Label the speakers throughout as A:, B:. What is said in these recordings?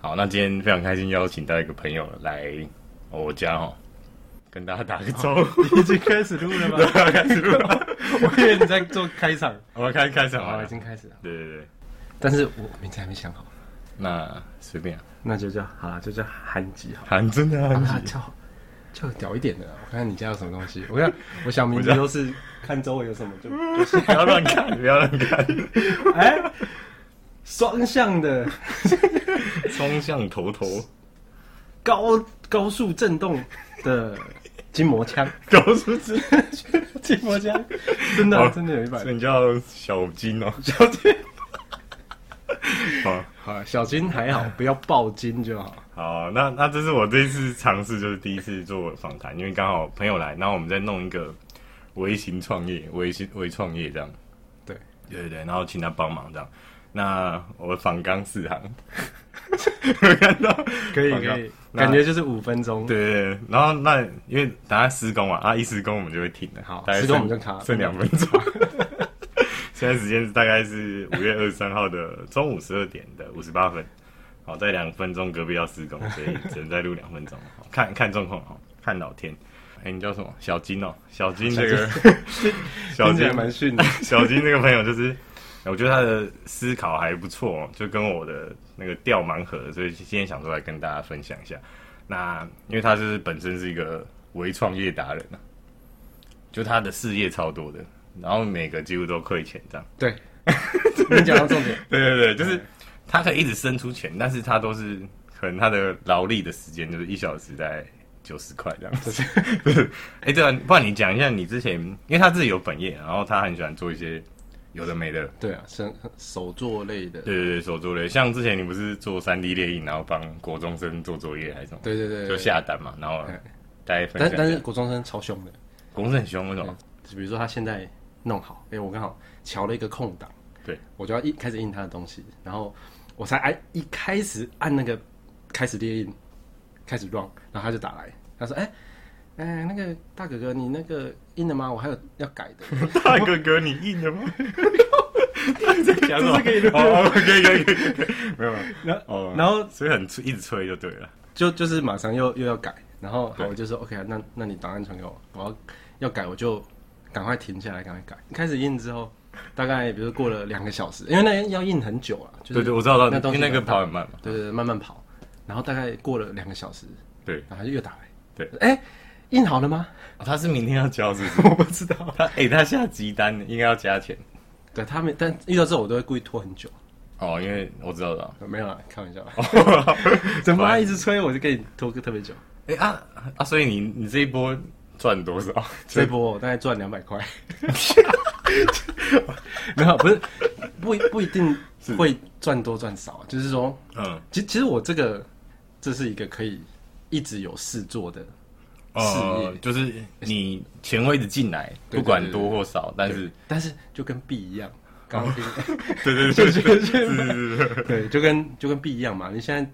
A: 好，那今天非常开心邀请到一个朋友来我家哦，跟大家打个招呼。
B: 已经开始录了 吗？
A: 对啊开始录了，
B: 我以为你在做开场。
A: 我们开开始好
B: 好，
A: 了
B: 已。经开始了，
A: 对对对，
B: 但是我名字还没想好，
A: 那随便、啊，
B: 那就叫好了，就叫韩吉好了。
A: 韩真的
B: 啊
A: 韩吉，
B: 叫叫屌一点的啊，我看你家有什么东西。我看我小名字都是看周围有什么就就是
A: 不要乱看，不要乱 看，
B: 哎，双向的
A: 双向头头，
B: 高高速震动的筋膜枪，
A: 搞出字，
B: 筋膜枪真的啊
A: 好
B: 真的有一把
A: 所。以你叫小金哦，小金。 好
B: 好，小金还好，不要爆金就好。
A: 好，那那这是我这一次尝试，就是第一次做访谈，因为刚好朋友来，然后我们再弄一个微型创业，微型微创业这样。
B: 对，
A: 对对对，然后请他帮忙这样。那我访刚四行， 有看到
B: 可以
A: 访纲
B: 可以，
A: 那
B: 感觉就是五分钟。
A: 对对对。然后那因为等下施工嘛，啊一施工我们就会停了，
B: 好
A: 大概
B: 施工
A: 剩
B: 我们就卡
A: 剩两分钟。 现在时间大概是五月二十三号的中午十二点的五十八分，好，在两分钟隔壁要施工，所以只能再录两分钟， 好看看状况哦，看老天。哎、你叫什么？小金哦，小金这 个小
B: 听起
A: 金
B: 来蛮逊的。
A: 小金这个朋友就是， 我觉得他的思考还不错、哦，就跟我的那个调蛮合的，所以今天想出来跟大家分享一下。那因为他就是本身是一个微创业达人啊，就他的事业超多的，然后每个几乎都亏钱这样。
B: 对， 你讲到重点。
A: 对对对，就是他可以一直生出钱，但是他都是可能他的劳力的时间就是一小时在九十块这样子。 哎、对啊，不然你讲一下你之前，因为他自己有本业，然后他很喜欢做一些有的没的。
B: 对啊，手手作类的。
A: 对对对，手作类，像之前你不是做三 D 列印，然后帮国中生做作业还是什么？
B: 对对对，
A: 就下单嘛，然后
B: 对。
A: 大家分享
B: 但
A: 一下。
B: 但是国中生超凶的，
A: 国中生很凶，为什么？
B: 就比如说他现在弄好，哎、我刚好瞧了一个空档，
A: 对，
B: 我就要一开始印他的东西，然后我才按一开始按那个开始列印，开始 run，然后他就打来，他说，哎、哎、那个大哥哥，你那个印了吗？我还有要改的。
A: 大哥哥，你硬了吗？ 这讲什么？
B: 这是可以录的
A: 哦，哦可以可以可以，可以 没有没有。
B: 然后
A: 哦，
B: 然后
A: 所以很吹，一直吹就对了。
B: 就就是马上又又要改，然后好
A: 对
B: 我就说 OK，啊那那你档案传给我，我要要改我就赶快停下来，赶快改。开始印之后，大概比如过了两个小时，因为那要印很久啊，就是
A: 对对，我知道，我知
B: 那
A: 道，
B: 东
A: 因
B: 西
A: 为那个
B: 很大
A: 跑很慢嘛。
B: 对对对慢慢跑，然后大概过了两个小时，
A: 对，
B: 然后他就又打来，
A: 对，
B: 哎、印好了吗？
A: 哦他是明天要交，是不是？
B: 我不知道，
A: 他哎，他下急单应该要加钱
B: 对他们，但遇到这种我都会故意拖很久，
A: 哦，因为我知道 的。
B: 没有啦，开玩笑
A: 哦
B: 啦，怎么他一直催我就给你拖个特别久，
A: 哎啊啊！所以你你这一波赚多少？
B: 这一波我大概赚两百块， 没有，不是不一不一定会赚多赚少啊，就是说，
A: 嗯，
B: 其其实我这个这是一个可以一直有事做的，
A: 哦
B: 事业
A: 就是你钱会一直进来，
B: 对
A: 不管多或少，但是哦
B: 但是就跟币一样，刚刚听，
A: 对对对对
B: 对，就跟就跟币一样嘛，你现在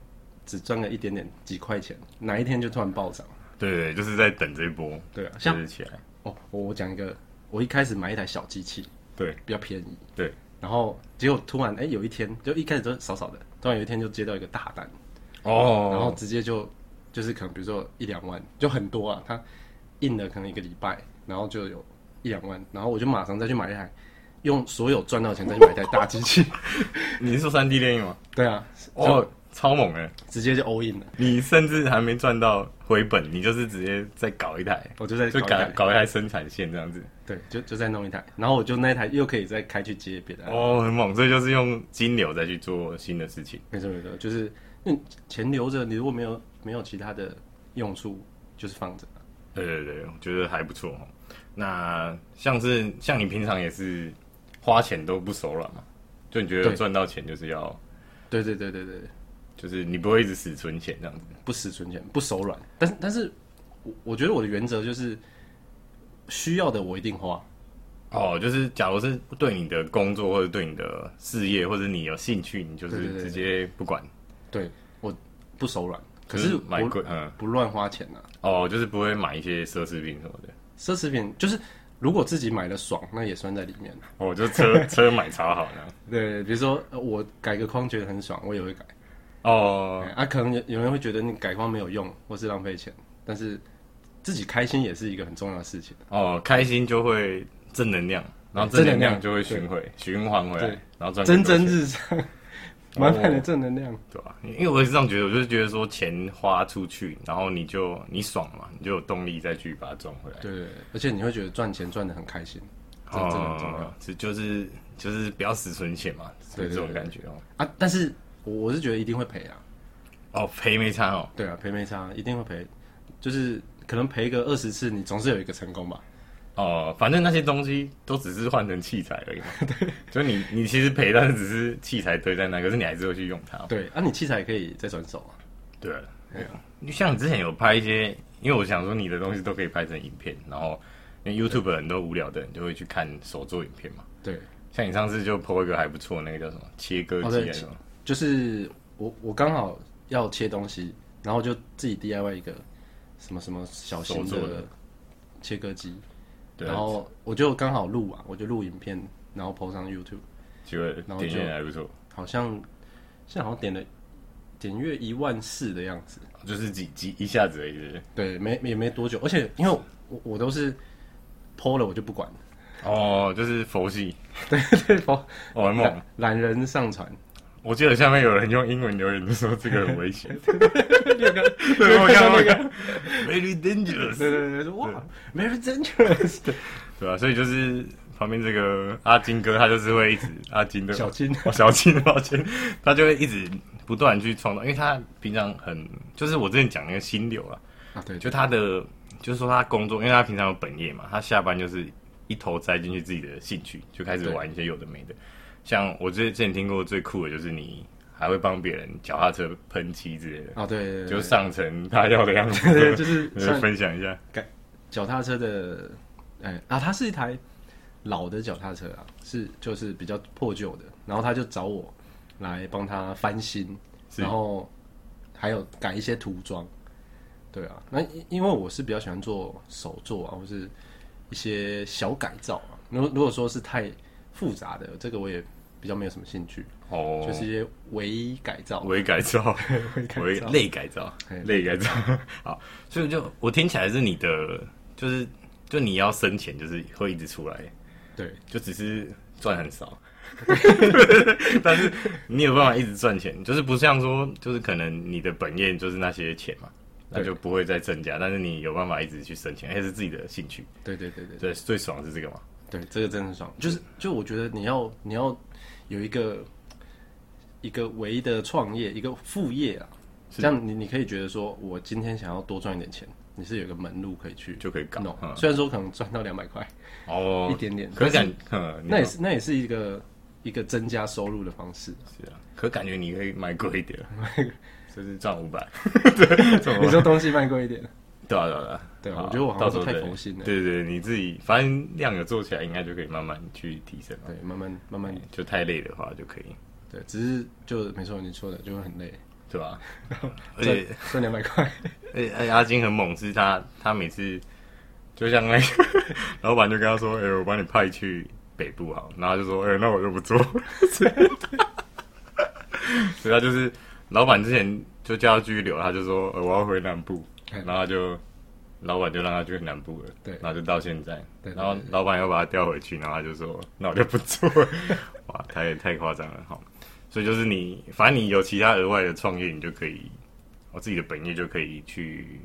B: 只赚了一点点几块钱，哪一天就突然暴涨，
A: 对对，就是在等这一波，
B: 对啊，
A: 就
B: 像
A: 是起来，
B: 哦，我我讲一个，我一开始买一台小机器，
A: 对
B: 比较便宜，
A: 对，
B: 然后结果突然哎、有一天就一开始都少少的，突然有一天就接到一个大单，然后
A: 哦，
B: 直接就就是可能比如说一两万就很多啊，他印了可能一个礼拜，然后就有一两万，然后我就马上再去买一台，用所有赚到的钱再去买一台大机器，
A: 你是说三 D 电影吗？
B: 对啊，
A: 哦
B: 就，
A: 超猛哎！
B: 直接就 all in 了，
A: 你甚至还没赚到回本，你就是直接再搞一台，
B: 我就在
A: 就
B: 搞一
A: 搞
B: 台
A: 搞一台生产线这样子，
B: 对，就就再弄一台，然后我就那一台又可以再开去接别的啊案子，
A: 哦，很猛，所以就是用金流再去做新的事情，
B: 没错没错，就是因为钱留着，你如果没有没有其他的用处，就是放着。啊
A: 对对对，我觉得还不错哦。那像是像你平常也是花钱都不手软嘛，就你觉得
B: 对
A: 赚到钱就是要。
B: 对对对对对，
A: 就是你不会一直死存钱这样子。
B: 不死存钱，不手软。但是但是我我觉得我的原则就是，需要的我一定花。
A: 哦，就是假如是对你的工作或者对你的事业或者你有兴趣，你就
B: 对
A: 是
B: 对对
A: 直接不管，
B: 对我不手软，可
A: 就是买
B: 不
A: 贵，嗯，
B: 不乱花钱呐、啊。
A: 哦，就是不会买一些奢侈品什么的。
B: 奢侈品就是如果自己买的爽，那也算在里面啊
A: 哦，就车车买超好呢。
B: 对，比如说呃我改个框觉得很爽，我也会改。
A: 哦
B: 哎，啊，可能有有人会觉得你改光没有用，或是浪费钱，但是自己开心也是一个很重要的事情。
A: 哦，开心就会正能量，然后
B: 正
A: 正能
B: 能量
A: 量就会循回循环回来
B: 对，
A: 然后赚
B: 蒸
A: 更多
B: 蒸
A: 钱哦
B: 日上，满满的正能量。
A: 对吧、因为我也是这样觉得，我就是觉得说钱花出去，然后你就你爽嘛，你就有动力再去把它赚回来。
B: 对，而且你会觉得赚钱赚的很开心，这
A: 哦，
B: 真的很重要
A: 这就是就是不要死存钱嘛，是
B: 对对
A: 这种
B: 对
A: 感觉哦。
B: 啊。但是我我是觉得一定会赔啊，
A: 哦，赔没差哦，
B: 对啊，赔没差，一定会赔，就是可能赔个二十次，你总是有一个成功吧。
A: 哦，反正那些东西都只是换成器材而已 嘛。对，所以你你其实赔，但是只是器材堆在那，可是你还是会去用它。
B: 对，啊，你器材也可以再转手啊。
A: 对啊，就像你之前有拍一些，因为我想说你的东西都可以拍成影片，然后因为 YouTube 很多无聊的人就会去看手做影片嘛。
B: 对，
A: 像你上次就 PO 一个还不错，那个叫什么切割
B: 哦
A: 机
B: 对
A: 还是什么？
B: 就是我我刚好要切东西，然后就自己 DIY 一个什么什么小型
A: 手做
B: 的
A: 的
B: 切割机，
A: 对啊，
B: 然后我就刚好录啊，我就录影片，然后 PO 上 YouTube，
A: 结果
B: 然后
A: 点阅
B: 就
A: 还不错，
B: 好像现在好像点了点阅一万四的样子。
A: 就是几几一下子而已是不是。
B: 对，没也没多久，而且因为我我都是剖了我 就不管，
A: 哦，就是佛系，
B: 对剖
A: 哦，很猛
B: 懒。懒人上传，
A: 我记得下面有人用英文留言说这个很危 险， 对，我看那个 very
B: 对
A: dangerous，
B: 对对，说哇，very dangerous，
A: 对啊吧、所以就是旁边这个阿金哥，他就是会一直阿金的
B: 小心，
A: 哦，小金 抱歉，他就会一直不断地去创造，因为他平常很就是我之前讲那个心流啊，
B: 啊，对，
A: 就
B: 就
A: 他的，就是说他工作，因为他平常有本业嘛，他下班就是一头栽进去自己的兴趣，就开始
B: 对
A: 玩一些有的没的。像我之之前听过最酷的就是你还会帮别人脚踏车喷漆之类的，
B: 啊，对对，对
A: 就上成他要的样
B: 对对，
A: 子。
B: 就是
A: 对
B: 像
A: 分享一下
B: 脚踏车的，哎啊，它是一台老的脚踏车啊，是就是比较破旧的，然后他就找我来帮他翻新，
A: 是
B: 然后还有改一些涂装，对啊，那因因为我是比较喜欢做手作啊，或是一些小改造啊，如果如果说是太复杂的，这个我也比较没有什么兴趣，
A: 哦，
B: 就是一些微改造，
A: 微改造，
B: 微 改造
A: 微类改造
B: 嘿，
A: 类改造。 好，所以就我听起来是你的，就是就你要生前就是会一直出来，
B: 对
A: 就只是赚很少， 但是你有办法一直赚钱，就是不像说，就是可能你的本业就是那些钱嘛，那
B: 对
A: 就不会再增加，但是你有办法一直去省钱，而且是自己的兴趣，
B: 对对对对
A: 对，最爽是这个嘛，
B: 对，这个真的很爽。就是就我觉得你要你要有一个一个唯一的创业，一个副业啊，
A: 是
B: 这样你你可以觉得说我今天想要多赚一点钱，你是有一个门路可以去
A: 就可以搞。
B: 弄。
A: 嗯
B: 虽然说可能赚到两百块，
A: 哦，
B: 一点点
A: 可是
B: 但
A: 感
B: 是，
A: 嗯，你
B: 那也
A: 说
B: 是那也是一个一个增加收入的方式。
A: 是啊，可感觉你可以卖贵一点，就是赚五百，
B: 你 说东西卖贵一点，
A: 对啊，对啊，啊
B: 对啊
A: 好
B: 我觉得我好像
A: 到时候
B: 太
A: 再
B: 佛心了
A: 对对，对你自己反正量有做起来，应该就可以慢慢去提升了。
B: 对，慢慢慢慢，
A: 就太累的话就可以，
B: 对，只是就没错，你说的就会很 累，
A: 对吧？而且
B: 赚赚两百 块，
A: 而且而哎且阿金很猛，是他他每次就像那个老板就跟他说：“哎、我把你派去北部好。”然后他就说：“哎、那我就不做。” 所以他就是老板之前就叫他继续留，他就说：“呃、我要回南部。”
B: 嗯
A: 然后他就老板就让他去南部了，
B: 对
A: 然后就到现在，
B: 对对
A: 然后
B: 对
A: 老板又把他调回去，然后他就说：“那我就不做 了。”哇，太太夸张了，好。所以就是你，反正你有其他额外的创业，你就可以我自己的本业就可以去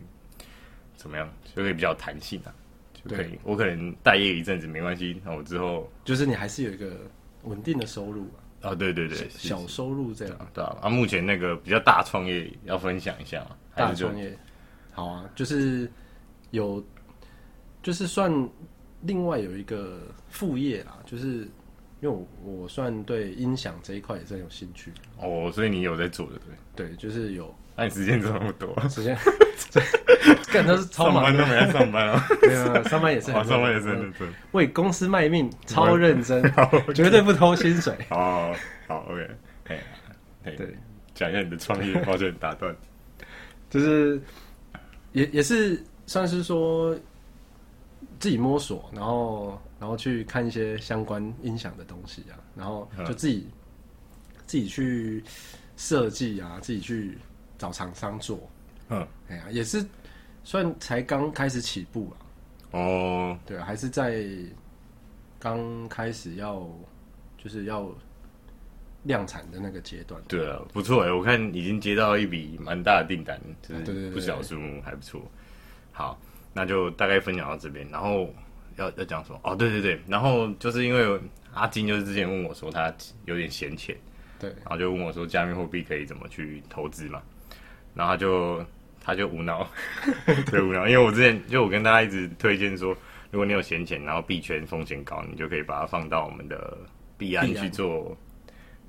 A: 怎么样，就可以比较弹性啊，就可以
B: 对。
A: 我可能待业一阵子没关系，那我之后
B: 就是你还是有一个稳定的收入啊，
A: 啊，对对对，是
B: 小收入这样。
A: 对啊。啊，目前那个比较大创业要分享一下嘛，还
B: 大
A: 是就
B: 专业，好啊，就是有，就是算另外有一个副业啦，就是因为我我算对音响这一块也是很有兴趣，
A: 哦，所以你有在做对不对？
B: 对，就是有
A: 那、你时间怎么那么多？
B: 时间，干都是超
A: 上
B: 忙
A: 班
B: 的
A: 都，没在上班 啊，
B: 没有没有上班也是很
A: 哦，
B: 认真
A: 上班也是很认真。
B: 为公司卖命，超 认真，
A: 好
B: 绝对不偷薪 水，
A: 哦，好，OK，哎，哎，
B: 对，
A: 讲一下你的创业，抱歉打断。
B: 就是也也是算是说自己摸索，然后然后去看一
A: 嗯
B: 些相关音响的东西啊，然后就自己、自己去设计啊，自己去找厂商做，
A: 嗯，
B: 哎呀，也是算才刚开始起步啊，
A: 哦，
B: 对啊，还是在刚开始要就是要量产的那个阶段。
A: 对了，不错哎，我看已经接到一笔蛮大的订单，就
B: 啊对对
A: 是
B: 对
A: 不小数目，还不错。好，那就大概分享到这边，然后要要讲什么？哦，对对对，然后就是因为阿金就是之前问我说他有点闲钱，
B: 对，
A: 然后就问我说加密货币可以怎么去投资嘛，然后他就他就无脑，对无脑，因为我之前就我跟大家一直推荐说，如果你有闲钱，然后币圈风险高，你就可以把它放到我们的币安
B: 币安
A: 去做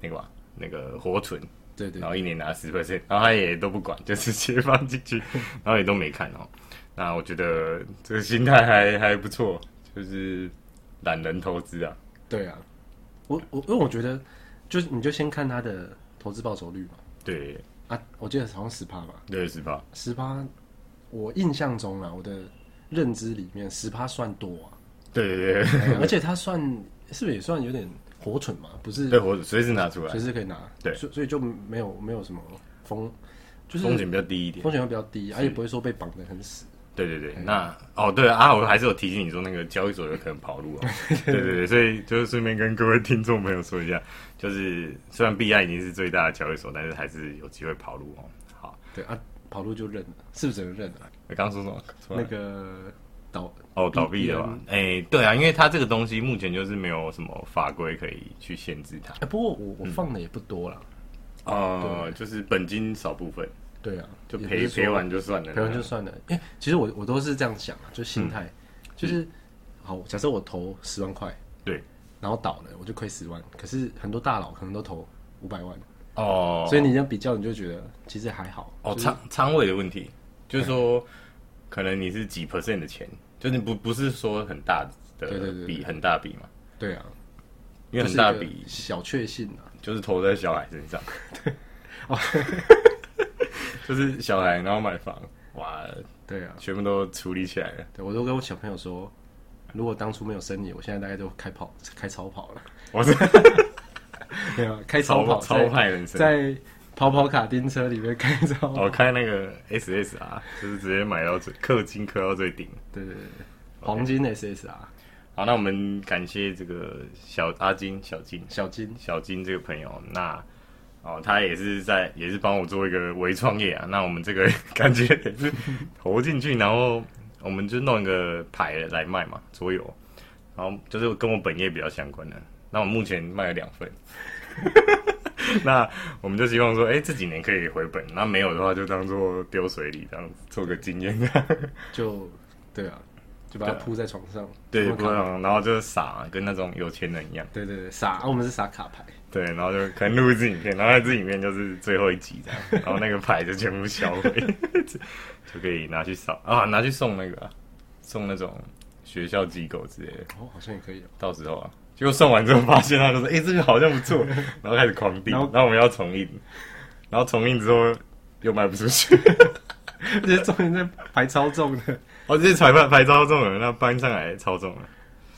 A: 那个吧那个活存。
B: 对对
A: 然，后一年拿十 percent，然后他也都不管，就直接放进去，然后也都没看哦。那我觉得这个心态还还不错，就是懒人投资啊。
B: 对啊，我我因为我觉得，就是你就先看它的投资报酬率嘛，
A: 对，
B: 啊，我记得好像十趴吧，
A: 六十八，
B: 十趴，我印象中啊，我的认知里面十趴算多啊，
A: 对对对对
B: 哎呀而且它算是不是也算有点活存嘛？不是
A: 对，我随时拿出来
B: 随，时可以拿，
A: 对
B: 所以所以就没有没有什么风，就是
A: 风险比较低一点
B: 风。险会比嗯较低，啊，也不会说被绑得很死。
A: 对对对，那哦对啊，我还是有提醒你说那个交易所有可能跑 路啊。对对对，所以就是顺便跟各位听众朋友说一下，就是虽然币安已经是最大的交易所，但是还是有机会跑路哦。好，
B: 对啊，跑路就认了，是不是只能认了？
A: 我刚刚说什么？说完
B: 那个 E 倒
A: 哦，倒闭了吧？哎、对啊，因为它这个东西目前就是没有什么法规可以去限制它。
B: 哎，不过我我放的也不多啦，
A: 哦，就是本金少部分，
B: 对啊，
A: 就
B: 也不
A: 赔
B: 是说
A: 赔完就算了。
B: 赔完就算了。哎，其实我我都是这样想啊，就心态，
A: 嗯
B: 就是好，假设我投十万块，
A: 对。
B: 然后倒了，我就亏十万。可是很多大佬可能都投五百万，
A: 哦，
B: 所以你这样比较，你就觉得其实还好。
A: 哦
B: 就是
A: 仓仓位的问题，就是说可能你是几 percent 的钱，就是不不是说很大的
B: 对对对
A: 比
B: 对
A: 很大笔嘛，
B: 对啊，
A: 因为
B: 就
A: 很
B: 是
A: 大
B: 一个
A: 笔
B: 小确幸啊。
A: 就是投在小孩 身上。
B: 哦
A: 就是小孩，然后买房，哇，
B: 对啊，
A: 全部都处理起来了。
B: 对我都跟我小朋友说，如果当初没有生你，我现在大概都开跑开超跑了。
A: 我是
B: 没有开超
A: 超
B: 跑，
A: 超
B: 在
A: 派人生，
B: 在跑跑卡丁车里面开超跑。
A: 我开那个 SSR，就是直接买到最氪金氪到最顶。
B: 对对对对，黄金 SSR
A: 好，那我们感谢这个小阿金、小金、
B: 小金，
A: 小金这个朋友。那哦，他也是在也是帮我做一个微创业啊。那我们这个感觉也是投进去，然后我们就弄一个牌来卖嘛，桌游。然后就是跟我本业比较相关的。那我目前卖了两份。 那我们就希望说，哎、这几年可以回本，那没有的话就当做丢水里，这样做个经验。
B: 就对啊，就把它
A: 对啊
B: 铺在床上。
A: 对，
B: 跑跑
A: 不
B: 卡
A: 用，然后就是傻，跟那种有钱人一样。
B: 对对对，傻，啊我们是傻卡牌。
A: 对，然后就可能录一支影片，然后那支影片就是最后一集这样，然后那个牌就全部销毁，就可以拿去扫啊，拿去送那个啊、送那种学校机构之类的。
B: 哦，好像也可 以哦。
A: 到时候啊，结果送完之后发现他就说：“哎、这个好像不错。”然后开始狂订，
B: 然
A: 然
B: 后
A: 后我们要重印，然后重印之后又卖不出去，
B: 而且重点在牌超重的，
A: 哦，这些裁判牌超重了，那搬上来超重了，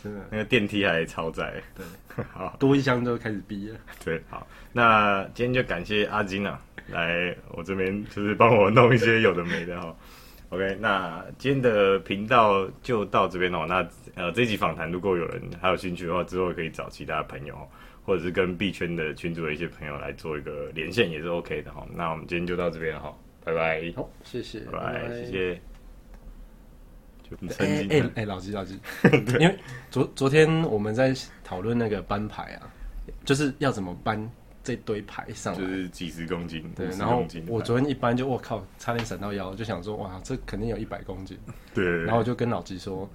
B: 真的
A: 那个电梯还超载。
B: 对，
A: 好。
B: 多一箱就开始逼了。
A: 对，好，那今天就感谢阿金啊，来我这边就是帮我弄一些有的没的哈。OK，那今天的频道就到这边哦。那呃，这一集访谈如果有人还有兴趣的话，之后可以找其他朋友哦，或者是跟币圈的群主的一些朋友来做一个连线，也是 OK 的哈。那我们今天就到这边了哈，拜拜，
B: 好，谢谢，
A: 拜拜，谢。谢。就很
B: 哎
A: 沉浸
B: 哎哎，老 吉老吉，因为昨昨天我们在讨论那个搬牌啊，就是要怎么搬这堆牌上
A: 啊就
B: 来。
A: 是几十公斤，
B: 对
A: 五，十
B: 然后
A: 公斤的
B: 我
A: 盘
B: 昨天一搬就我靠，差点闪到腰，就想说哇，这肯定有一百公斤。
A: 对，对对
B: 然后我就跟老吉说，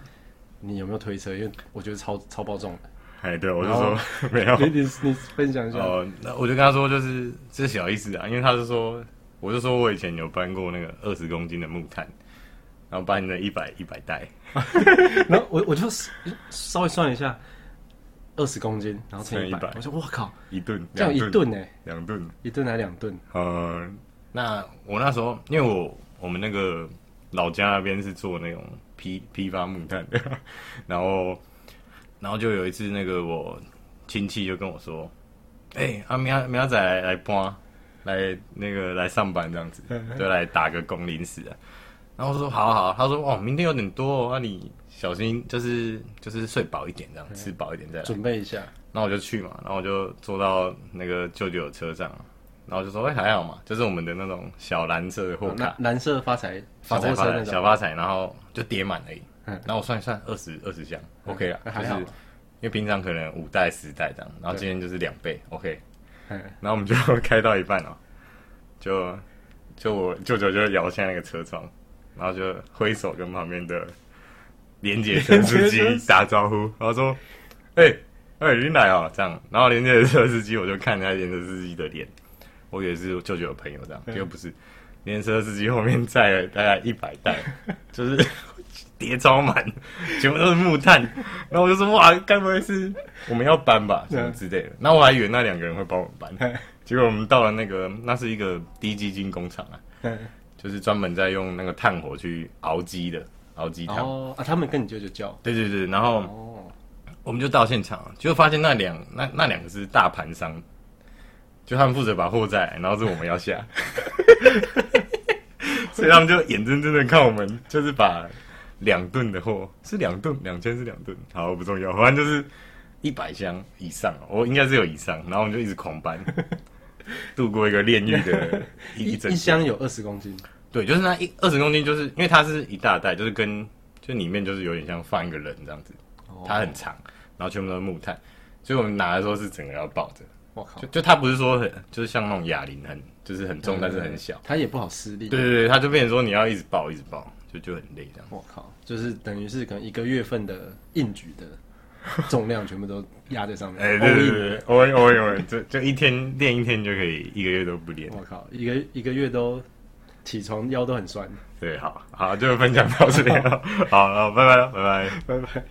B: 你有没有推车？因为我觉得超超爆重的。
A: 哎，对我就
B: 然后
A: 说 没有，
B: 你你你分享一下，
A: 哦，那我就跟他说，就是这是小意思啊，因为他是说，我就说我以前有搬过那个二十公斤的木炭，然后搬了一百一百袋，
B: 然后我我就稍微算了一下，二十公斤，然后乘以
A: 乘以
B: 百
A: 100，
B: 我说我靠，
A: 一吨，
B: 这样一
A: 两
B: 吨呢、
A: 两吨。
B: 一吨还两吨，
A: 呃，那我那时候，因为我我们那个老家那边是做那种批批发木炭的， 然后然后就有一次，啊那个我亲戚就跟我说：“哎、阿明仔明仔载来来搬。”来那个来上班这样子，就来打个工临时啊。然后我说好啊好啊，他说哦，明天有点多、哦，那、你小心就是就是睡饱一点这样，吃饱一点再来。
B: 准备一下，
A: 然后我就去嘛，然后我就坐到那个舅舅的车上，然后就说哎、还好嘛，就是我们的那种小蓝色的货卡，
B: 蓝蓝色哦发财
A: 发财
B: 小货
A: 发
B: 车那
A: 财
B: 种，
A: 小发财，然后就叠满而已。
B: 嗯
A: 然后我算一算，二十二十箱，OK 了，
B: 那
A: 就
B: 还
A: 是
B: 好啊
A: 因为平常可能五袋十袋这样，然后今天就是两倍，OK。
B: 嗯
A: 然后我们就开到一半哦，就就我舅舅就摇下那个车窗，然后就挥手跟旁边的连接车司
B: 连接车
A: 机打招呼，然后说：“哎、哎、你来哦。”这样，然后连接车司机我就看那连接车司机的脸，我以为是舅舅的朋友这样，结果不是。连接车司机后面载了 大概一百袋，就是叠超满，全部都是木炭。然后我就说：“哇，该不会是我们要搬吧，什么之类的？”那我还以为那两个人会帮我们搬，结果我们到了那个，那是一个低基金工厂啊，
B: 嗯
A: 就是专门在用那个炭火去熬鸡的，熬鸡汤。
B: 哦啊，他们跟你舅舅叫
A: 对对对，然后
B: 哦，
A: 我们就到现场，结果发现那两那那两个是大盘商，就他们负责把货载来，然后是我们要下， 所以他们就眼睁睁的看我们就是把两吨的货是两吨，两千是两吨，好不重要，反正就是一百箱以上，我应该是有以上，然后我们就一直狂搬，度过一个炼狱 的一
B: 一
A: 一整
B: 一箱有二十公斤，
A: 对，就是那一二十公斤，就是因为它是一大袋，就是跟就里面就是有点像放一个人这样子，它
B: 哦
A: 很长，然后全部都是木炭，所以我们拿的时候是整个要抱着，嗯
B: 我靠
A: 就，就它不是说很就是像那种哑铃很就是很重，但是很小，
B: 他也不好施力，
A: 对对对，它就变成说你要一直抱一直抱，就就很累这样。
B: 我靠，就是等于是可能一个月份的硬举的重量全部都压在上面。
A: 哎、对对
B: all in
A: 对对，偶尔偶尔偶尔，就就一天练一天就可以，一个月都不练。
B: 我靠，一个一个月都起床腰都很酸。
A: 对，好好，就分享到这里了，好，好，拜拜，拜拜。
B: 拜拜。